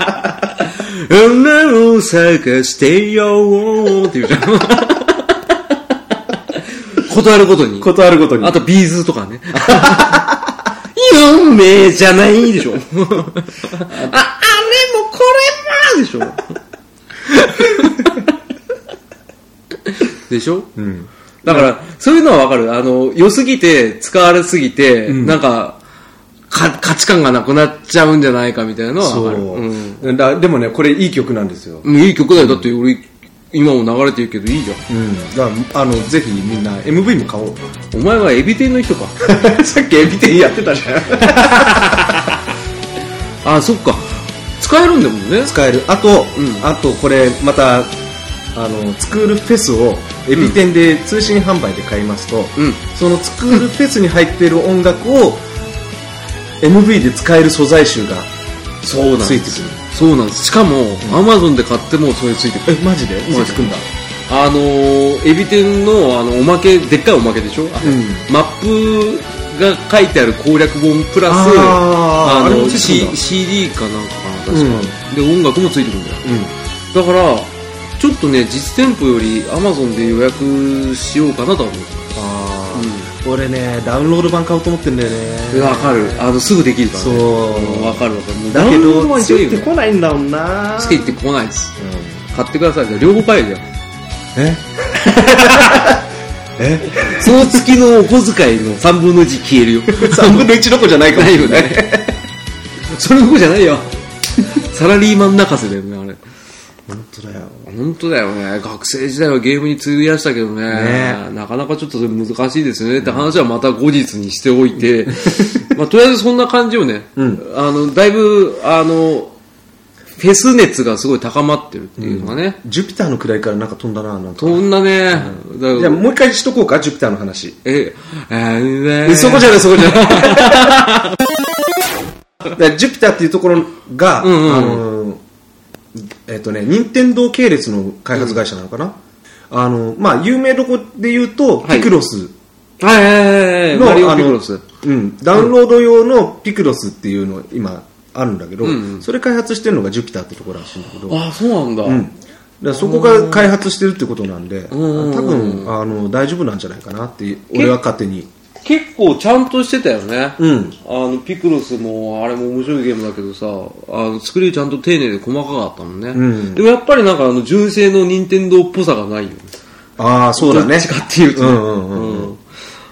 [SPEAKER 1] ん。女を探してよーって言うじゃん。断る *laughs* ことに。
[SPEAKER 2] ことあるごとに
[SPEAKER 1] あと、ビーズとか *laughs* ね。夢じゃないでしょ。 *laughs* あ、あれもこれもでしょ。でしょ
[SPEAKER 2] うん
[SPEAKER 1] だから、そういうのはわかる。あの、良すぎて、使われすぎて、なんかか、価値観がなくなっちゃうんじゃないかみたいなのは
[SPEAKER 2] そ
[SPEAKER 1] わ
[SPEAKER 2] う
[SPEAKER 1] かる。うん。
[SPEAKER 2] だでもねこれいい曲なんですよ、
[SPEAKER 1] うんいい曲だよ。だって俺、今も流れてるけどいいじゃん。
[SPEAKER 2] うん、だからあのぜひみんな MV も買おう
[SPEAKER 1] お前はエビ天の人か。
[SPEAKER 2] *laughs* さっきエビ天やってたじゃん
[SPEAKER 1] あ、そっか。使えるんだもんね。
[SPEAKER 2] 使えるあと、
[SPEAKER 1] ん
[SPEAKER 2] あとこれまたあのスクールフェスをエビ店で通信販売で買いますと、
[SPEAKER 1] うん
[SPEAKER 2] そのスクールフェスに入っている音楽を MV で使える素材集が
[SPEAKER 1] そうなんで
[SPEAKER 2] ついて
[SPEAKER 1] す
[SPEAKER 2] くる。
[SPEAKER 1] そうなんです。しかも、アマゾンで買ってもそれついてくる。
[SPEAKER 2] えマジでついてくんだ
[SPEAKER 1] あのー、エビ天の、あの、おまけ、でっかいおまけでしょ、あの
[SPEAKER 2] う
[SPEAKER 1] マップが書いてある攻略本プラス、
[SPEAKER 2] あー
[SPEAKER 1] あ
[SPEAKER 2] あれ
[SPEAKER 1] の
[SPEAKER 2] もついてくん
[SPEAKER 1] C、
[SPEAKER 2] だ
[SPEAKER 1] CD かなんかかな、確か、で、音楽もついてくるんだよ。だから、ちょっとね、実店舗より Amazon で予約しようかなとは思
[SPEAKER 2] あー俺ねダウンロード版買おうと思ってんだよ
[SPEAKER 1] う。
[SPEAKER 2] ね
[SPEAKER 1] わかる。あの、すぐできるから、ね。
[SPEAKER 2] そう
[SPEAKER 1] わかるわかる。もう
[SPEAKER 2] だ
[SPEAKER 1] ダウ
[SPEAKER 2] け
[SPEAKER 1] ンロード
[SPEAKER 2] ど
[SPEAKER 1] は一
[SPEAKER 2] つ
[SPEAKER 1] 応いい
[SPEAKER 2] い
[SPEAKER 1] よ
[SPEAKER 2] て
[SPEAKER 1] ね。
[SPEAKER 2] こないんだもんな
[SPEAKER 1] つけてこないです。買ってください。じゃあ両方買えるじゃん。
[SPEAKER 2] *laughs* ええ
[SPEAKER 1] その月のお小遣いの3分の1消えるよ。
[SPEAKER 2] 3分の1どこじゃないかも
[SPEAKER 1] ないよね。 *laughs* それどころじゃないよ。サラリーマン泣かせだよね、あれ。
[SPEAKER 2] 本当だよ
[SPEAKER 1] 本当だよね。学生時代はゲームに費やしたけどね。
[SPEAKER 2] ね
[SPEAKER 1] なかなかちょっとそれ難しいですよねって話はまた後日にしておい
[SPEAKER 2] *laughs*
[SPEAKER 1] て。まあ、とりあえずそんな感じをね、
[SPEAKER 2] うん
[SPEAKER 1] あの、だいぶ、あの、フェス熱がすごい高まってるっていうのがね。
[SPEAKER 2] ジュピターの位からなんか飛んだななんか
[SPEAKER 1] そんなね、だから
[SPEAKER 2] じゃあもう一回しとこうかジュピターの話
[SPEAKER 1] え、あ
[SPEAKER 2] えそこじゃないそこじゃない
[SPEAKER 1] い。
[SPEAKER 2] だからジュピターっていうところが、
[SPEAKER 1] んうんうん
[SPEAKER 2] あのーえっ、とね任天堂系列の開発会社なのかな、あのまあ有名どこで言うと、
[SPEAKER 1] はい
[SPEAKER 2] ピクロス
[SPEAKER 1] *laughs* はいはいはいはい。
[SPEAKER 2] の
[SPEAKER 1] マリ
[SPEAKER 2] あ
[SPEAKER 1] オ
[SPEAKER 2] の
[SPEAKER 1] ピクロス。
[SPEAKER 2] うん、ダウンロード用のピクロスっていうのが今あるんだけど、
[SPEAKER 1] うんうん
[SPEAKER 2] それ開発してるのがジュピターってところらしいんだけど
[SPEAKER 1] あ、そうなんだ。
[SPEAKER 2] うん、だからそこが開発してるってことなんで多
[SPEAKER 1] ん
[SPEAKER 2] 分あの大丈夫なんじゃないかなって俺は勝手に
[SPEAKER 1] 結構ちゃんとしてたよね。
[SPEAKER 2] うん
[SPEAKER 1] あの、ピクロスも、あれも面白いゲームだけどさ、あの、作りちゃんと丁寧で細かかったもんね。
[SPEAKER 2] ん
[SPEAKER 1] でもやっぱりなんか、あの、純正の任天堂っぽさがないよね。
[SPEAKER 2] ああそうだね
[SPEAKER 1] どっちかっていうとね。
[SPEAKER 2] うんうんうん
[SPEAKER 1] うん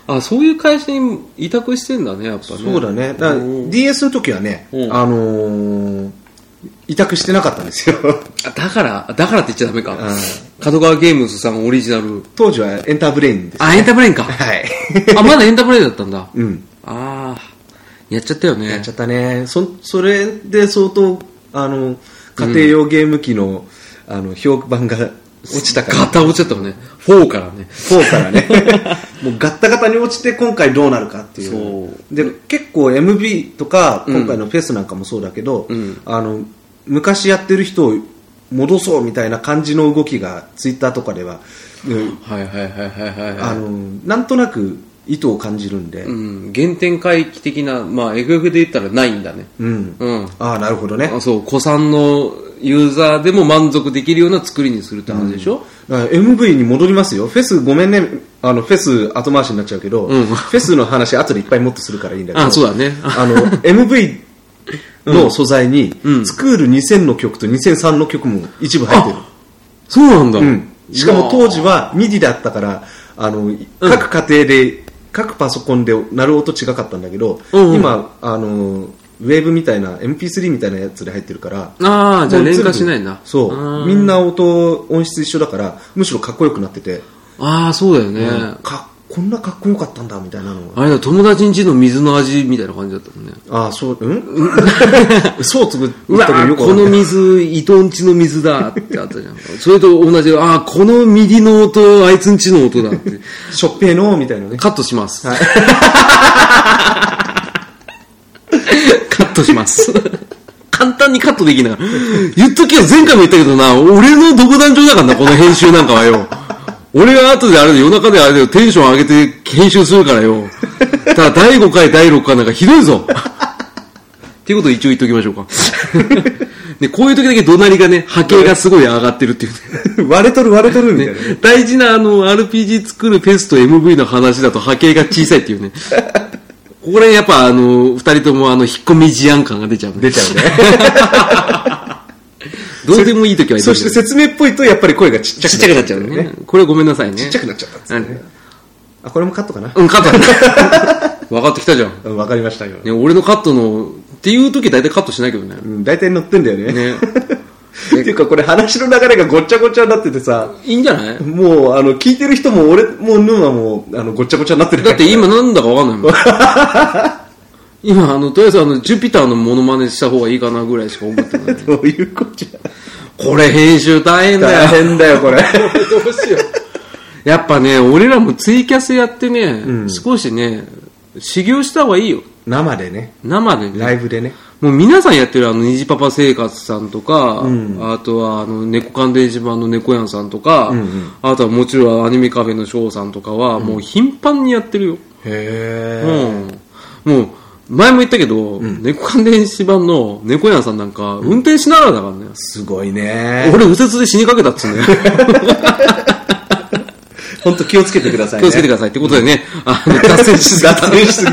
[SPEAKER 1] あ、そういう会社に委託してんだね、やっぱね。
[SPEAKER 2] そうだねだから DS の時はね、
[SPEAKER 1] うん
[SPEAKER 2] あのー委託してなかったんですよ *laughs*
[SPEAKER 1] あだから、だからって言っちゃダメか
[SPEAKER 2] ん。
[SPEAKER 1] 角川ゲームズさんオリジナル。
[SPEAKER 2] 当時はエンターブレインです
[SPEAKER 1] あ、エンターブレインか。
[SPEAKER 2] はい
[SPEAKER 1] あ、まだエンターブレインだったんだ。
[SPEAKER 2] うん
[SPEAKER 1] ああ、やっちゃったよね。
[SPEAKER 2] やっちゃったねそそれで相当あの家庭用ゲーム機の,、あの評判が落ちたか
[SPEAKER 1] *laughs*
[SPEAKER 2] ら
[SPEAKER 1] ガタ落ちちゃったもんね。4からね。
[SPEAKER 2] 4からねもうガッタガタに落ちて今回どうなるかっていう
[SPEAKER 1] そ
[SPEAKER 2] で結構 MB とか
[SPEAKER 1] うん
[SPEAKER 2] 今回のフェスなんかもそうだけど、
[SPEAKER 1] うん
[SPEAKER 2] あの昔やってる人を戻そうみたいな感じの動きがツイッターとかでは、うん
[SPEAKER 1] はいはいはいはいはい
[SPEAKER 2] あのなんとなく意図を感じるんで、
[SPEAKER 1] うん、原点回帰的な、まあ、FF で言ったらないんだね。
[SPEAKER 2] うん
[SPEAKER 1] うん。
[SPEAKER 2] ああなるほどね
[SPEAKER 1] あそう、子さんのユーザーでも満足できるような作りにするって話でしょ、
[SPEAKER 2] あ MV に戻りますよ。フェス、ごめんね。あの、フェス後回しになっちゃうけど、
[SPEAKER 1] うん
[SPEAKER 2] フェスの話後でいっぱいもっとするからいいんだけど。
[SPEAKER 1] あ、そうだね。あ
[SPEAKER 2] あの、MV の素材に、
[SPEAKER 1] うん
[SPEAKER 2] スクール2000の曲と2003の曲も一部入ってる。
[SPEAKER 1] そうなんだ。
[SPEAKER 2] うんしかも当時は MIDI だったから、あの、各家庭で、各パソコンで鳴る音違かったんだけど、
[SPEAKER 1] うんうん
[SPEAKER 2] 今、あの、ウェーブみたいな、MP3 みたいなやつで入ってるから、
[SPEAKER 1] ああ、じゃあ
[SPEAKER 2] も
[SPEAKER 1] 連
[SPEAKER 2] う全部
[SPEAKER 1] 歌しないな。
[SPEAKER 2] そう。みん。な音、音質一緒だから、むしろかっこよくなってて。
[SPEAKER 1] ああ、そうだよね。
[SPEAKER 2] かこんなかっこよかったんだみたいなのが
[SPEAKER 1] あれだ、友達ん家の水の味みたいな感じだったもんね。
[SPEAKER 2] ああそううん
[SPEAKER 1] *laughs*
[SPEAKER 2] そうつぐ
[SPEAKER 1] うわーこの水、伊藤んちの水だってあったじゃん。それと同じ、ああ、この右の音、あいつんちの音だって。
[SPEAKER 2] しょっぺーのみたいなね
[SPEAKER 1] カットします。 *laughs* カットします。簡単にカットできない。言っときよ、前回も言ったけどな、俺の独壇場だからな、この編集なんかはよ。俺が後であれで夜中であれだよ、テンション上げて編集するからよ。ただ、第5回、第6回なんかひどいぞ。っていうことを一応言っときましょうか。 *laughs* ね、こういう時だけ怒鳴りがね、波形がすごい上がってるっていうね。
[SPEAKER 2] 割れとる割れとるみたいな、
[SPEAKER 1] ね *laughs* 大事なあの RPG 作るフェスと MV の話だと波形が小さいっていうね。 *laughs* ここら辺やっぱあの、二人ともあの、引っ込み思案感が出ちゃうね。
[SPEAKER 2] 出ちゃうね
[SPEAKER 1] *laughs* どうでもいい時は
[SPEAKER 2] そして説明っぽいとやっぱり声がちっちゃく
[SPEAKER 1] ちっちゃくなっちゃうね。これごめんなさいね。ち
[SPEAKER 2] ちっちゃくなっちゃったっつってねあこれもカットかな
[SPEAKER 1] うん、カット *laughs* だね。分かってきたじゃん。
[SPEAKER 2] うんわかりましたよ、
[SPEAKER 1] ね、俺のカットの、っていう時は大体カットしないけどね。
[SPEAKER 2] うん、大体乗ってんだよね
[SPEAKER 1] ね。
[SPEAKER 2] *laughs* っていうかこれ話の流れがごっちゃごちゃになっててさ
[SPEAKER 1] いいんじゃない
[SPEAKER 2] もうあの聞いてる人も俺もヌーはもうあのごっちゃごちゃになってる
[SPEAKER 1] だって今なんだかわかんない
[SPEAKER 2] *laughs*
[SPEAKER 1] もん。今、あの、とりあえずあの、ジュピターのモノマネした方がいいかなぐらいしか思ってない。
[SPEAKER 2] *laughs* どういうこっちゃ
[SPEAKER 1] これ編集大変だよ
[SPEAKER 2] 大。変だよこれ
[SPEAKER 1] どうしよう。 *laughs* やっぱね、俺らもツイキャスやってね、
[SPEAKER 2] うん
[SPEAKER 1] 少しね、修行した方がいいよ。
[SPEAKER 2] *laughs* 生でね
[SPEAKER 1] 生で
[SPEAKER 2] ラ
[SPEAKER 1] ね。
[SPEAKER 2] イブでね
[SPEAKER 1] もう皆さんやってるあの、虹パパ生活さんとか、
[SPEAKER 2] うん
[SPEAKER 1] あとはあの、猫関電子版の猫やんさんとか、
[SPEAKER 2] うんうん
[SPEAKER 1] あとはもちろんアニメカフェのショーさんとかは、もう頻繁にやってるよ。
[SPEAKER 2] へえ
[SPEAKER 1] うん。もう、前も言ったけど、猫関電子版の猫やんさんなんか、運転しながらだからね。
[SPEAKER 2] すごいね。
[SPEAKER 1] 俺右折で死にかけたっつうんだよ。
[SPEAKER 2] 本当気をつけてくださ
[SPEAKER 1] 気をつけてください。ってことでね、あの、脱線しすぎ
[SPEAKER 2] 脱線しす *laughs* ぎ。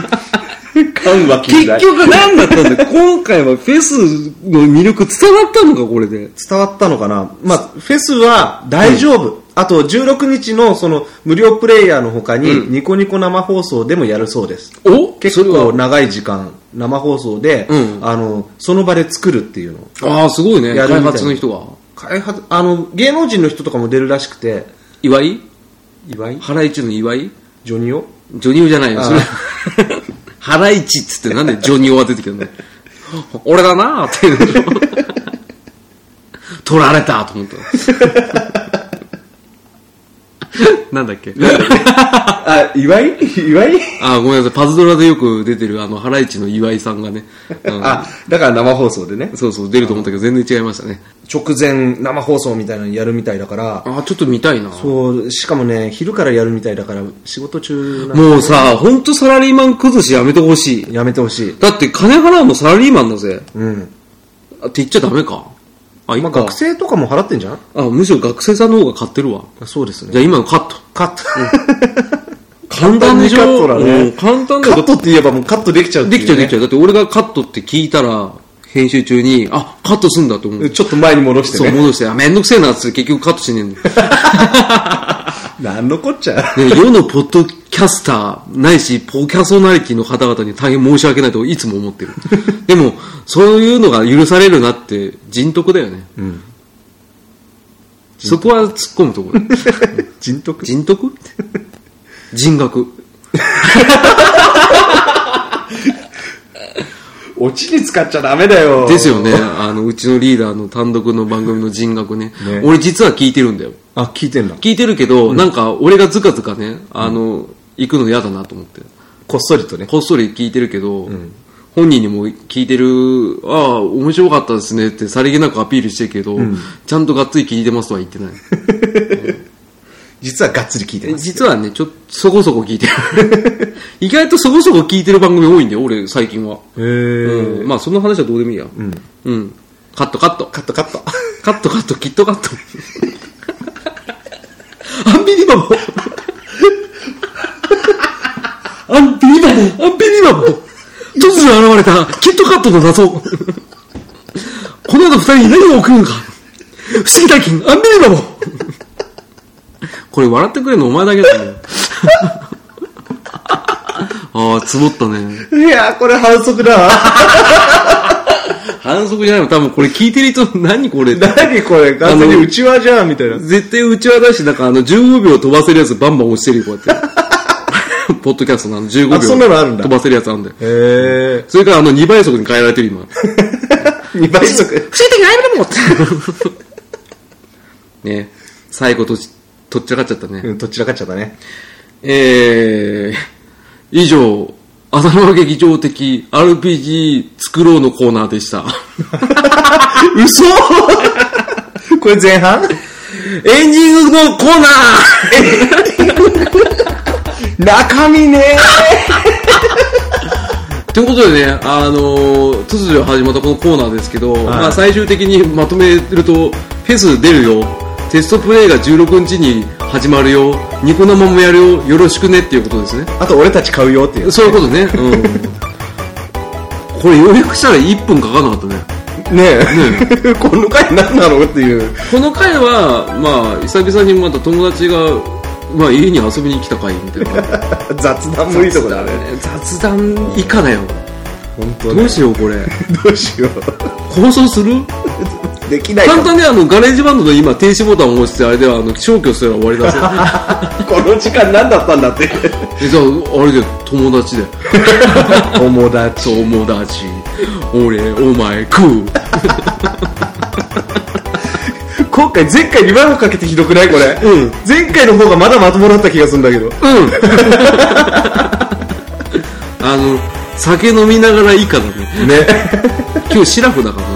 [SPEAKER 2] 缶は
[SPEAKER 1] 結
[SPEAKER 2] 禁断。
[SPEAKER 1] 局何だったん *laughs* だよ今回はフェスの魅力伝わったのか、これで。
[SPEAKER 2] 伝わったのかなまあ、フェスは大丈夫。あと、16日のその無料プレイヤーの他に、
[SPEAKER 1] うん
[SPEAKER 2] ニコニコ生放送でもやるそうです。
[SPEAKER 1] お
[SPEAKER 2] 結構
[SPEAKER 1] それは
[SPEAKER 2] 長い時間、生放送で、
[SPEAKER 1] うん
[SPEAKER 2] あの、その場で作るっていうのを。
[SPEAKER 1] ああ、すごいね。
[SPEAKER 2] や
[SPEAKER 1] 開
[SPEAKER 2] るみたいな
[SPEAKER 1] 発の人が。
[SPEAKER 2] 開発、あの、芸能人の人とかも出るらしくて、
[SPEAKER 1] 岩井
[SPEAKER 2] 岩井
[SPEAKER 1] 原市の岩井
[SPEAKER 2] ジョニオ
[SPEAKER 1] ジョニオじゃないよ。
[SPEAKER 2] あー
[SPEAKER 1] それ *laughs* 原市っつってなんでジョニオが出てきたの俺だなーって言うでしょ。取られたと思った。 *laughs* なんだっけ
[SPEAKER 2] あ、岩井岩井
[SPEAKER 1] あー、ごめんなさい。パズドラでよく出てるあの、原市の岩井さんが
[SPEAKER 2] *laughs*
[SPEAKER 1] ね。うん
[SPEAKER 2] あ、だから生放送でね。
[SPEAKER 1] そうそう、出ると思ったけど全然違いましたね。
[SPEAKER 2] 直前生放送みたいなのやるみたいだから、
[SPEAKER 1] あー、ちょっと見たいな。
[SPEAKER 2] そう、しかもね、昼からやるみたいだから、仕事中な
[SPEAKER 1] もうさ、ほんとサラリーマン崩しやめてほしい。
[SPEAKER 2] やめてほしい。
[SPEAKER 1] だって金払うのサラリーマンだぜ。
[SPEAKER 2] うん。
[SPEAKER 1] あって言っちゃダメか。あ、いい
[SPEAKER 2] まあ、
[SPEAKER 1] か
[SPEAKER 2] 学。生とかも払ってんじゃん
[SPEAKER 1] あ、むしろ学生さんの方が買ってるわ。
[SPEAKER 2] そうで
[SPEAKER 1] じ
[SPEAKER 2] すね。
[SPEAKER 1] ゃあ今のカット。
[SPEAKER 2] カット。
[SPEAKER 1] 簡単でしょ
[SPEAKER 2] 簡単にカットだね
[SPEAKER 1] うん簡単だよ
[SPEAKER 2] カットって言えばもうカットできちゃうっ
[SPEAKER 1] で
[SPEAKER 2] てい
[SPEAKER 1] き
[SPEAKER 2] う
[SPEAKER 1] ちゃ
[SPEAKER 2] ね、
[SPEAKER 1] うできちゃう。だって俺がカットって聞いたら、編集中に、あ、カットすんだと思う。
[SPEAKER 2] ちょっと前に戻して
[SPEAKER 1] そう、
[SPEAKER 2] ね。
[SPEAKER 1] 戻して、あ、めんどくせえなっつって結局カットしねえんだよ。
[SPEAKER 2] なんのこっちゃ。
[SPEAKER 1] ね、世のポッドキャスター、ないし、ポキャソナリティの方々に大変申し訳ないといつも思ってる。でも、そういうのが許されるなって、人徳だよね。そこは突っ込むところ。
[SPEAKER 2] 人
[SPEAKER 1] *laughs*
[SPEAKER 2] 徳。
[SPEAKER 1] 人徳人格。
[SPEAKER 2] オチに使っちゃダメだよ。
[SPEAKER 1] ですよね。。あの、うちのリーダーの単独の番組の人格ね。
[SPEAKER 2] ね
[SPEAKER 1] 俺実は聞いてるんだよ。
[SPEAKER 2] あ、聞いてんだ。
[SPEAKER 1] 聞いてるけど、なんか俺がずかずかね、あの、行くの嫌だなと思って。
[SPEAKER 2] こっそりとね。
[SPEAKER 1] こっそり聞いてるけど、本人にも聞いてる、ああ、面白かったですねってさりげなくアピールしてるけど、ちゃんとがっつり聞いてますとは言ってない。
[SPEAKER 2] 実はがっつり聞いてます。
[SPEAKER 1] 実はね、ちょっとそこそこ聞いて
[SPEAKER 2] *laughs*
[SPEAKER 1] る。意外とそこそこ聞いてる番組多いんだよ、俺、最近は。
[SPEAKER 2] へー
[SPEAKER 1] うんまあ、その話はどうでもいいや。うん。カットカット。
[SPEAKER 2] カットカット。
[SPEAKER 1] カットカット、きっとカット。アンビリバボー。アンビリバボー。アンビリバボー。突如現れた、キットカットの謎。この後二人に何が起きるのか。不思議体験、アンビリバボー。これ笑ってくれるのお前だけだね。ああ、積もったね。
[SPEAKER 2] いやー、これ反則だ *laughs* わ。
[SPEAKER 1] 反則じゃないもん。多分これ聞いてる人、何これ。
[SPEAKER 2] 何これ、完全にうちわじゃんみたいな。
[SPEAKER 1] 絶対うちは出して、なんかあの、15秒飛ばせるやつバンバン押してるよ、こうやって。
[SPEAKER 2] *laughs*
[SPEAKER 1] ポッドキャストのあの15秒
[SPEAKER 2] あそんなのあるんだ
[SPEAKER 1] 飛ばせるやつあるんだよ。
[SPEAKER 2] へえ。
[SPEAKER 1] それからあの、2倍速に変えられてる、今。
[SPEAKER 2] 2倍速。
[SPEAKER 1] 不思議的なアイブラボって。 *laughs* ね最後とち、とっちらかっちゃったね。
[SPEAKER 2] うん、どちらかっちゃったね。
[SPEAKER 1] えー、以上、浅沼劇場的 RPG 作ろうのコーナーでした。
[SPEAKER 2] *laughs* 嘘これ前半
[SPEAKER 1] エンディングのコーナー
[SPEAKER 2] *laughs* 中身ね
[SPEAKER 1] ということでね、あのー突如始まったこのコーナーですけど、まあ、最終的にまとめると、フェス出るよ、テストプレイが16日に始まるよ、ニコ生もやるよ、よろしくねっていうことですね。
[SPEAKER 2] あと俺たち買うよっていう。
[SPEAKER 1] そういうこと *laughs* ね。うん。これ予約したら1分かかんなかったね。
[SPEAKER 2] ねえ。この回何なのっていう。
[SPEAKER 1] この回は、まあ、久々にまた友達が、まあ、家に遊びに来た回みたいな。
[SPEAKER 2] 雑談もいいとこだね。
[SPEAKER 1] *laughs* 雑談以下だよ。
[SPEAKER 2] 本当
[SPEAKER 1] ど
[SPEAKER 2] ね。
[SPEAKER 1] うしよう、これ。
[SPEAKER 2] どうしよう。
[SPEAKER 1] 放送する
[SPEAKER 2] できないか
[SPEAKER 1] 簡単にあのガレージバンドの今停止ボタンを押してあれではあの消去すれば終わりだそう *laughs*
[SPEAKER 2] この時間何だったんだって。
[SPEAKER 1] えじゃああれで友達で
[SPEAKER 2] 友達。
[SPEAKER 1] 友達俺お前食う *laughs*
[SPEAKER 2] 今回前回2倍もかけてひどくないこれ。うん。前回の方がまだまともだった気がするんだけど。
[SPEAKER 1] あの酒飲みながら以下だね
[SPEAKER 2] ね。
[SPEAKER 1] 今日シラフだから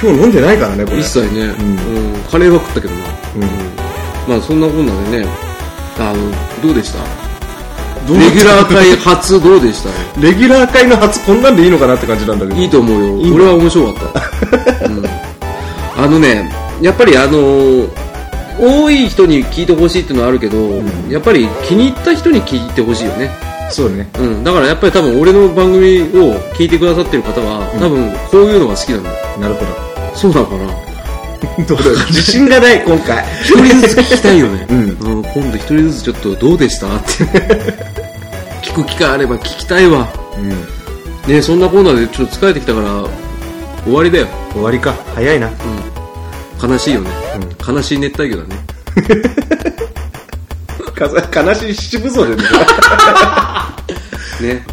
[SPEAKER 2] 今日飲んでないからね、これ
[SPEAKER 1] 一。切ね、うんカレーは食ったけどな、まあそんなこんなでねあのどうでしたレギュラー会初どうでした
[SPEAKER 2] レギュラー会の初こんなんでいいのかなって感じなんだけど。
[SPEAKER 1] いいと思うよ。俺は面白か *laughs* った。うんあのね、やっぱりあのー多い人に聞いてほしいっていうのはあるけど、やっぱり気に入った人に聞いてほしいよね。
[SPEAKER 2] そうね。
[SPEAKER 1] うん。だからやっぱり多分俺の番組を聞いてくださってる方は、多分こういうのが好きなんだよ。
[SPEAKER 2] なるほ
[SPEAKER 1] そうだから、
[SPEAKER 2] *laughs* ど。どうだろう *laughs* 自信がない、今回。
[SPEAKER 1] 一人ずつ聞きたいよね。
[SPEAKER 2] うん
[SPEAKER 1] *laughs* うん今度一人ずつちょっとどうでしたって。聞く機会あれば聞きたいわ。
[SPEAKER 2] うん。
[SPEAKER 1] ねそんなコーナーでちょっと疲れてきたから、終わりだよ。
[SPEAKER 2] 終わりか。早いな。
[SPEAKER 1] 悲しいよね、悲しい熱帯魚だね
[SPEAKER 2] かざ悲しい七分袖でね。
[SPEAKER 1] ね、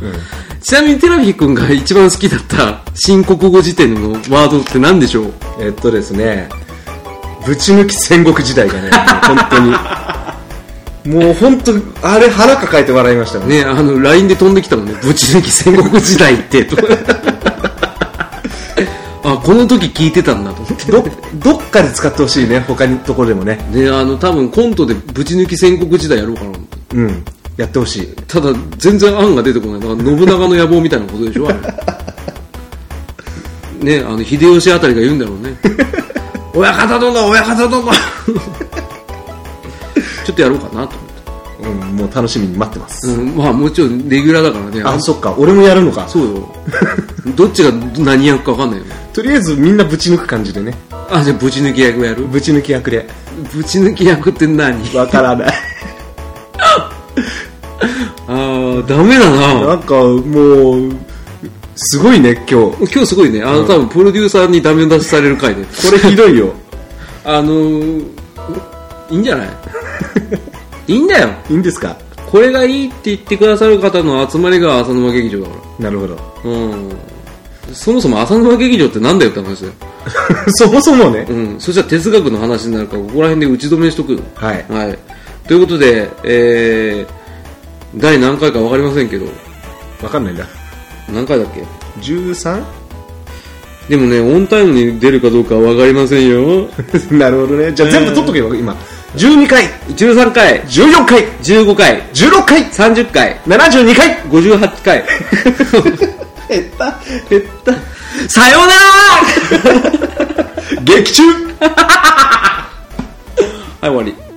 [SPEAKER 1] ちなみにテラフィ君が一番好きだった新国語辞典のワードって何でしょう
[SPEAKER 2] *laughs* えっとですね、ぶち抜き戦国時代がね、本当に。もう本当、あれ腹抱えて笑いましたね。
[SPEAKER 1] ねあの LINE で飛んできたもんね「ぶち抜き戦国時代って」 *laughs* とあこの時聞いてたんだと思って
[SPEAKER 2] ど、どっかで使ってほしいね、他のところでもね。
[SPEAKER 1] ねあの多分コントでぶち抜き戦国時代やろうかな
[SPEAKER 2] うん。やってほしい。
[SPEAKER 1] ただ全然案が出てこないだから信長の野望みたいなことでしょあれねあの秀吉あたりが言うんだろうね親方殿親方殿 *laughs* ちょっとやろうかなと思って、
[SPEAKER 2] うん、もう楽しみに待ってます。
[SPEAKER 1] うん、まあもちろんレギュラーだからね
[SPEAKER 2] あ、そっか、俺もやるのか。
[SPEAKER 1] そう *laughs* よどっちが何役か分かんないよね
[SPEAKER 2] とりあえずみんなぶち抜く感じでね。
[SPEAKER 1] あじゃあぶち抜き役やる
[SPEAKER 2] ぶち抜き役で。
[SPEAKER 1] ぶち抜き役って何
[SPEAKER 2] わからない。
[SPEAKER 1] あーダメだな
[SPEAKER 2] なんかもう、すごいね、今日。こ
[SPEAKER 1] 今日すごいねあの多分プロデューサーにダメ出しされる回で
[SPEAKER 2] れひどいよ。
[SPEAKER 1] あのー、いいんじゃないいいんだよ。
[SPEAKER 2] いいんですか
[SPEAKER 1] これがいいって言ってくださる方の集まりが浅沼劇場だか
[SPEAKER 2] なるほど。 *laughs*
[SPEAKER 1] ら。うん。そもそも浅沼劇場ってなんだよって話だよ。
[SPEAKER 2] そもそもね。
[SPEAKER 1] うん。そしたら哲学の話になるから、ここら辺で打ち止めしとくよ。
[SPEAKER 2] はい。
[SPEAKER 1] はい。ということで、えー、第何回か分かりませんけど
[SPEAKER 2] わかんないんだ。
[SPEAKER 1] 何回だっけ
[SPEAKER 2] 13?
[SPEAKER 1] でもねオンタイムに出るかどうかは分かりません *laughs* よ
[SPEAKER 2] *laughs* なるほどね。じゃあ全部取っとけよ、今。12回、
[SPEAKER 1] 13回
[SPEAKER 2] 14回、
[SPEAKER 1] 15回
[SPEAKER 2] 16回、
[SPEAKER 1] 30回
[SPEAKER 2] 72回。
[SPEAKER 1] 58回
[SPEAKER 2] 減った、減った。
[SPEAKER 1] *laughs* さようなら
[SPEAKER 2] 劇中
[SPEAKER 1] はい終わり